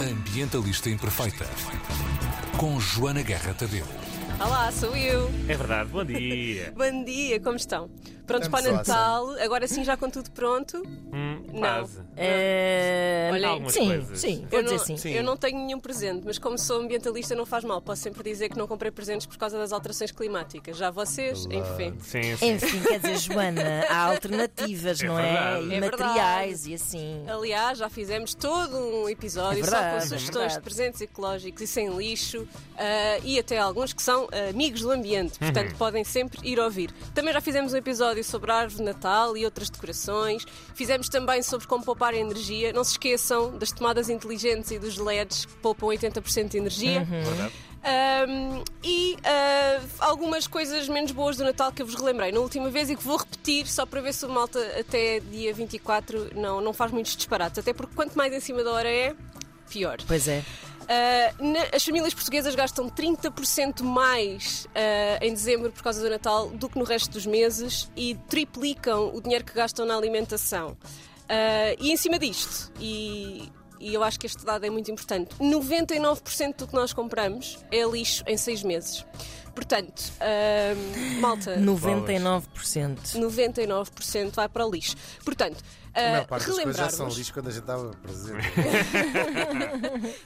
Ambientalista Imperfeita. Com Joana Guerra Tadeu. Olá, sou eu. É verdade, bom dia. Bom dia, como estão? Prontos Estamos para o ótimo. Natal? Agora sim, já com tudo pronto? Hum, Não. quase. Eh, Olha, não, algumas sim, coisas. sim, eu vou dizer não, sim. Eu não tenho nenhum presente, mas como sou ambientalista, não faz mal. Posso sempre dizer que não comprei presentes por causa das alterações climáticas. Já vocês, é enfim. Sim, sim. Enfim, assim, quer dizer, Joana, há alternativas, É não é? verdade. E É materiais e assim. Aliás, já fizemos todo um episódio É verdade, só é com sugestões de verdade. presentes ecológicos e sem lixo ah, e até alguns que são ah, amigos do ambiente, Uhum. portanto podem sempre ir ouvir. Também já fizemos um episódio sobre a árvore de Natal e outras decorações. Fizemos também sobre como poupar energia. Não se esqueçam das tomadas inteligentes e dos LEDs que poupam 80% de energia. Uhum. Verdade. Um, e uh, algumas coisas menos boas do Natal que eu vos relembrei na última vez e que vou repetir só para ver se o malta até dia 24 não, não faz muitos disparates. Até porque quanto mais em cima da hora é, pior. Pois é. Uh, na- as famílias portuguesas gastam 30% mais uh, em dezembro por causa do Natal do que no resto dos meses e triplicam o dinheiro que gastam na alimentação. Uh, e em cima disto, e, e eu acho que este dado é muito importante, 99% do que nós compramos é lixo em seis meses. Portanto, uh, malta, 99%. 99% vai para o lixo. Portanto, A maior uh, parte das coisas já são relembrar-vos. lixo quando a gente estava presente.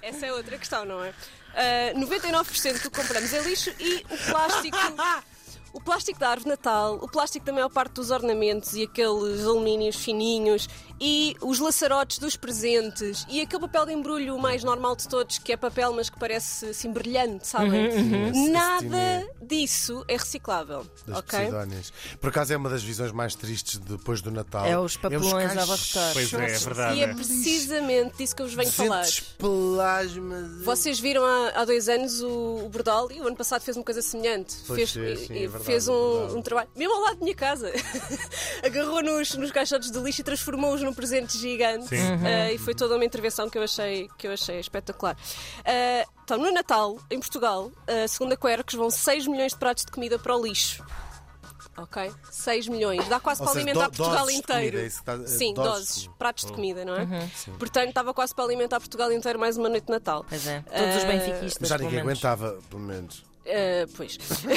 Essa é outra questão, não é? Ah, 99% do que compramos é lixo e o plástico. O plástico da árvore de Natal, o plástico da maior parte dos ornamentos e aqueles alumínios fininhos e os laçarotes dos presentes e aquele papel de embrulho mais normal de todos, que é papel mas que parece assim brilhante, sabem? Esse Nada tinha- disso é reciclável, Das ok? Posidónias. Por acaso é uma das visões mais tristes depois do Natal. É os papelões os a abarrotar. Pois é, é caixotes verdade. E é precisamente disso que eu vos venho falar. de pelasmas. Vocês viram há, há dois anos o, o Bordal e o ano passado fez uma coisa semelhante. Pois fez é, sim, e- e é verdade, fez é um, verdade. um trabalho, mesmo ao lado da minha casa, agarrou nos, nos caixotes de lixo e transformou-os num presente gigante. Sim. Ah, e foi toda uma intervenção que eu achei, que eu achei espetacular. Ah, então, no Natal, em Portugal, ah, segundo a Quercus, vão 6 milhões de pratos de comida para o lixo. Ok? 6 milhões. Dá quase Ou para seja, alimentar do- Portugal doses de inteiro. comida, é isso que tá- é, Sim, doses de doses, comida. pratos de comida, não é? Uhum. Portanto, estava quase para alimentar Portugal inteiro mais uma noite de Natal. Pois é. Todos os Ah, benfiquistas. Já pelo ninguém menos. aguentava, pelo menos. Uh, pois.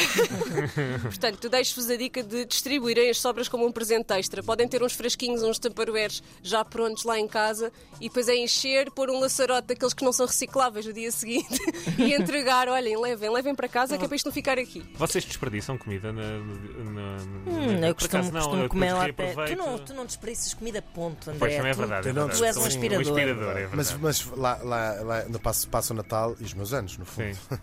Portanto, deixo-vos a dica de distribuírem as sobras como um presente extra. Podem ter uns fresquinhos, uns tamparueres já prontos lá em casa e depois é encher, pôr um laçarote daqueles que não são recicláveis no dia seguinte e entregar. Olhem, levem, levem para casa que é para isto não ficar aqui. Vocês desperdiçam comida na. na, Hum, na- eu por costumo, acaso não, costumo eu comer lá depois perto. Tu não, reaproveito. tu não desperdiças comida, ponto, André. Pois também é Tu- verdade. é tu não- verdade. tu és um Sim, aspirador. aspirador, é Mas, verdade. mas lá, lá, lá no passo, passo o Natal e os meus anos, no fundo. Sim.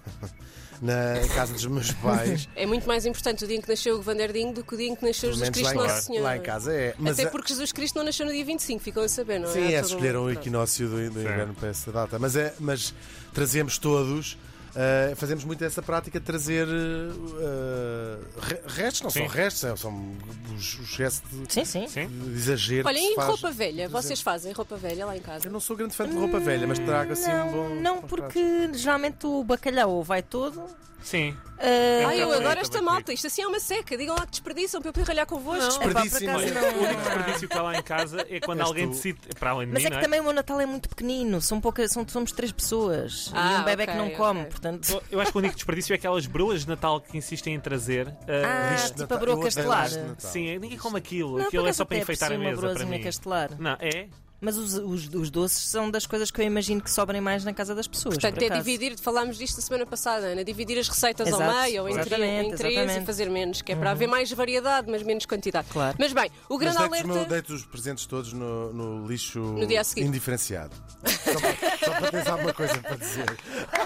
Na casa dos meus pais. É muito mais importante o dia em que nasceu o Vanderdinho do que o dia em que nasceu pelo Jesus menos lá Cristo em, Nosso casa, Senhor. lá em casa é. Mas Até a- porque Jesus Cristo não nasceu no dia 25, ficam a saber, não é? Sim, Há é, todo um- escolheram o Pronto. equinócio do, do Sim. inverno para essa data. Mas, é, mas trazemos todos, ah, fazemos muito essa prática de trazer ah, re- restos, não Sim. são restos, são- são os, os restos de, Sim, sim. Sim. de exagero. Olhem, que e se faz. roupa velha? Vocês fazem roupa velha lá em casa? Eu não sou grande fã de roupa velha, mas trago assim um bom. Não, não, bom prato. porque geralmente o bacalhau vai todo. é Sim. eh, Ai, eu Também, adoro também esta comigo. malta. Isto assim é uma seca. Digam lá que desperdiçam para eu poder ralhar convosco. epá, por desperdício, acaso Olha, Mas não- o único desperdício que há lá em casa é quando És alguém tu. decide. Para além de Mas mim, é que não também o meu Natal é muito pequenino, são poucas, são, somos três pessoas Ah, e um bebê ok, que não ok. come, portanto. Eu- Eu acho que o único desperdício é aquelas broas de Natal que insistem em trazer. ah, Ah, Lixo de tipo Natal. a broa Eu odeio castelar. lixo de Natal. sim, ninguém come aquilo. Não, por aquilo é acaso só para até enfeitar a aprecio uma mesa. Para broazinha mim. castelar. Não, é? Mas os, os, os doces são das coisas que eu imagino que sobrem mais na casa das pessoas. Portanto, por é acaso. dividir, falámos disto a semana passada, Ana, dividir as receitas ao Exato. meio ou em, tri, Exatamente, em três e exatamente. Uhum. fazer menos, que é para haver mais variedade, mas menos quantidade. Claro. Mas bem, o Mas grande deito os alerta. meus- deito os presentes todos no, no lixo dia a seguir. indiferenciado. Só para, só para teres alguma coisa para dizer.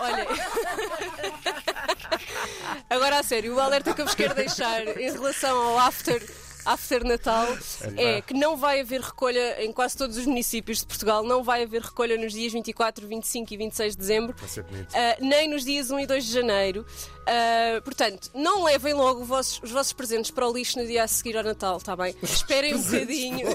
Olha. Agora a sério, o alerta que eu vos quero deixar em relação ao after. After Natal é que não vai haver recolha em quase todos os municípios de Portugal, não vai haver recolha nos dias 24, 25 e 26 de dezembro, Vai ser bonito. ah, nem nos dias 1 e 2 de janeiro. Ah, portanto, não levem logo os vossos, os vossos presentes para o lixo no dia a seguir ao Natal, está bem? Esperem um bocadinho.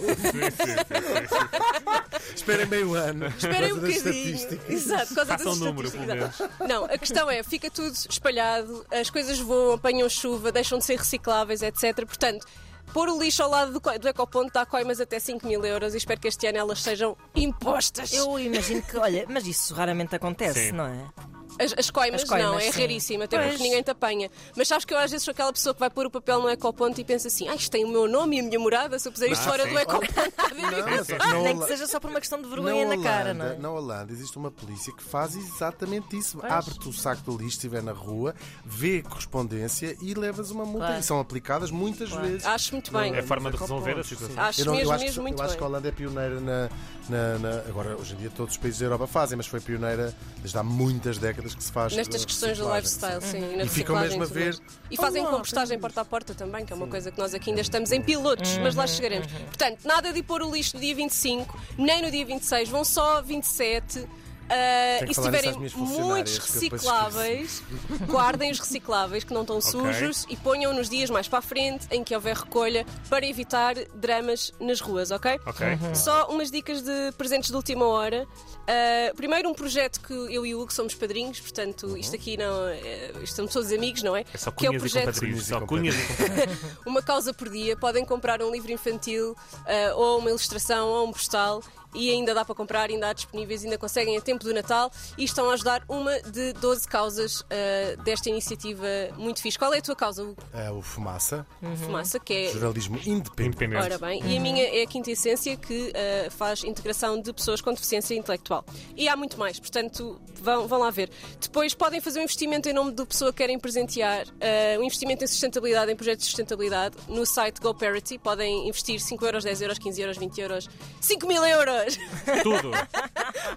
Esperem meio ano. Esperem um Por causa das bocadinho. estatísticas. Exato, por causa Façam das um número, estatísticas. pelo Exato. Não, a questão é, fica tudo espalhado, as coisas voam, apanham chuva, deixam de ser recicláveis, etc. Portanto, pôr o lixo ao lado do, co- do ecoponto dá coimas até 5 mil euros e espero que este ano elas sejam impostas. Eu imagino que, olha, mas isso raramente acontece, Sim. não é? As, as coimas, As coimas, não, é sim. raríssimo, até Pois. porque ninguém te apanha. Mas sabes que eu às vezes sou aquela pessoa que vai pôr o papel no ecoponto e pensa assim: ah, isto tem o meu nome e a minha morada, se eu puser isto Ah, fora sim. do ecoponto, há de ir Não, só que na Nem que Hola- seja só por uma questão de na vergonha na cara, não Holanda- é? Na Holanda existe uma polícia que faz exatamente isso. Abre-te o saco do lixo se estiver na rua, vê a correspondência e levas uma multa. Claro. E são aplicadas muitas vezes. Acho muito Ah, bem. É a forma de Não, resolver não, a situação. sim. Acho eu não, eu mesmo, acho, que- mesmo eu muito acho bem. que a Holanda é pioneira na, na- na- Agora, hoje em dia, todos os países da Europa fazem, mas foi pioneira desde há muitas décadas que se faz. Nestas eh, questões do reciclagem, lifestyle, sim. na E ficam reciclagem mesmo a e tudo mais. ver. E fazem Olá, compostagem temos. porta a porta também, que é uma coisa que nós aqui ainda estamos em pilotos, mas lá chegaremos. Portanto, nada de pôr o lixo no dia 25, nem no dia 26, vão só 27. ah, Tenho que e se falar tiverem isso às minhas muitos funcionárias, que eu depois recicláveis, guardem os recicláveis que não estão sujos e ponham nos dias mais para a frente em que houver recolha para evitar dramas nas ruas, ok? Ok. Uhum. Só umas dicas de presentes de última hora. Uh, primeiro, um projeto que eu e o Hugo somos padrinhos, portanto, isto aqui não. é- isto somos todos amigos, não é? Uhum. É só que é o cunhas e projeto compadrios. Cunhas e Só cunhas e compadrios. Uma Causa por Dia. Podem comprar um livro infantil, uh, ou uma ilustração, ou um postal, e ainda dá para comprar, ainda há disponíveis, ainda conseguem a tempo do Natal. E estão a ajudar uma de 12 causas uh, desta iniciativa muito fixe. Qual é a tua causa, Hugo? É o Fumaça, Uhum. Fumaça, que é jornalismo independente. Independente. Ora bem, e a minha é a quinta essência que ah, faz integração de pessoas com deficiência intelectual. E há muito mais, portanto, vão, vão lá ver. Depois podem fazer um investimento em nome do pessoa que querem presentear, ah, um investimento em sustentabilidade, em projetos de sustentabilidade, no site GoParity. Podem investir 5 euros, 10 euros, 15 euros, 20 euros, 5 mil euros! Tudo.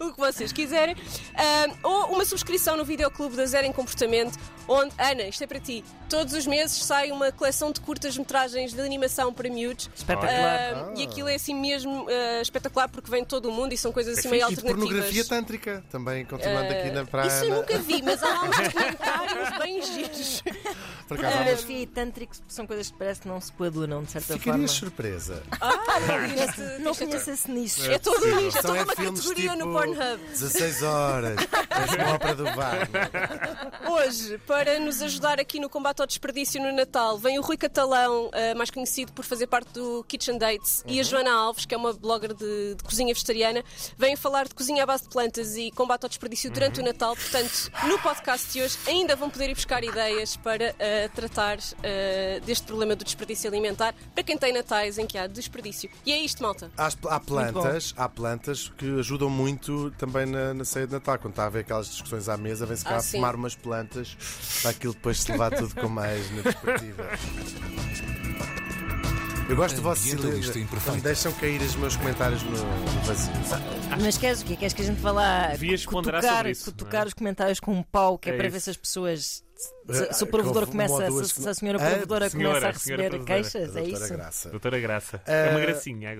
o que vocês quiserem. Ahm, ou uma subscrição no videoclube da Zero em Comportamento, onde, Ana, isto é para ti, todos os meses sai uma coleção de curtas-metragens de animação para miúdos. Espetacular. Ahm, E aquilo é assim mesmo ah, espetacular porque vem de todo o mundo e são coisas assim meio É E de pornografia alternativas. Eh, Ah, tântrica, também continuando aqui na praia. né? Isso eu nunca vi, mas há uns comentários bem giros. Por acaso, há umas- Pornografia e tântrico são coisas que parece que não se coadunam, de certa forma. Ficarias surpresa. Não conheça-se nisso. É todo um nicho, é São toda é uma filmes categoria tipo no Pornhub. 16 horas, a ópera do Wagner. Hoje, para nos ajudar aqui no combate ao desperdício no Natal, vem o Rui Catalão, eh, mais conhecido por fazer parte do Kitchen Dates, e a Joana Alves, que é uma blogger de, de cozinha vegetariana, vêm falar de cozinha à base de plantas e combate ao desperdício durante o Natal. Portanto, no podcast de hoje ainda vão poder ir buscar ideias para eh, tratar eh, deste problema do desperdício alimentar para quem tem natais em que há desperdício. E é isto, malta. Há, há plantas, há plantas que ajudam muito também na, na ceia de Natal. Quando está a haver aquelas discussões à mesa, vem-se cá Ah, a sim. fumar umas plantas para aquilo depois se levar tudo com mais na perspectiva. Eu gosto do vosso Ambientalista silêncio. imperfeito. Não me deixam cair os meus comentários no, no vazio. Ah, Mas queres o quê? Queres que a gente vá lá Devias ponderar cutucar, sobre isso, não cutucar é? os comentários com um pau, que é, É para isso. ver se as pessoas. Se, se o Ah, provedor que houve uma começa, ou duas se, se a semanas. senhora Ah, provedora senhora, começa a senhora receber provedora. queixas, é Doutora isso? Graça. Doutora Graça. É uma gracinha agora.